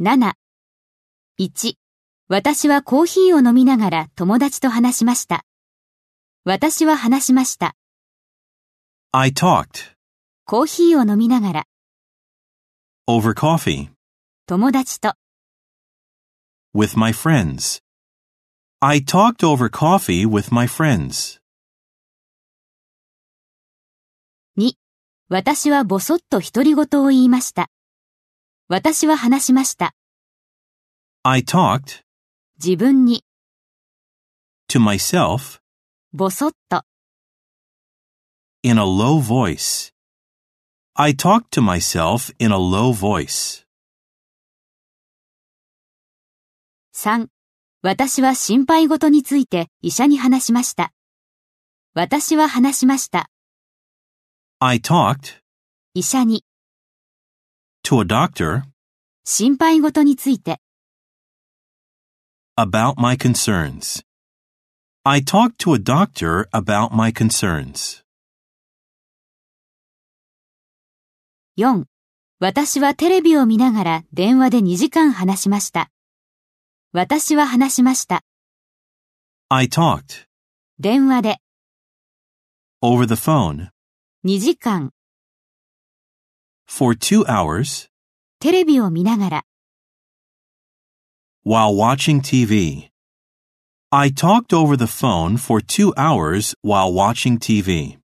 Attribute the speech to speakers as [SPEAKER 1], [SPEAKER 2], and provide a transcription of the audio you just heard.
[SPEAKER 1] 7、1、私はコーヒーを飲みながら友達と話しました。私は話しました。
[SPEAKER 2] I talked
[SPEAKER 1] コーヒーを飲みながら
[SPEAKER 2] over coffee
[SPEAKER 1] 友達と
[SPEAKER 2] with my friends. I talked over coffee with my friends.
[SPEAKER 1] 私はぼそっと独り言を言いました。私は話しました。
[SPEAKER 2] I talked
[SPEAKER 1] 自分に
[SPEAKER 2] to myself
[SPEAKER 1] ぼそっと
[SPEAKER 2] in a low voice. I talked to myself in a low voice.
[SPEAKER 1] 3、私は心配事について医者に話しました。私は話しました。
[SPEAKER 2] I talked
[SPEAKER 1] 医者に
[SPEAKER 2] to a doctor
[SPEAKER 1] 心配事について
[SPEAKER 2] about my concerns. I talked to a doctor about my concerns.
[SPEAKER 1] 4、私はテレビを見ながら電話で2時間話しました。私は話しました。
[SPEAKER 2] I talked
[SPEAKER 1] 電話で
[SPEAKER 2] over the phone
[SPEAKER 1] 2時間
[SPEAKER 2] for two hours
[SPEAKER 1] テレビを見ながら
[SPEAKER 2] while watching TV. I talked over the phone for two hours while watching TV.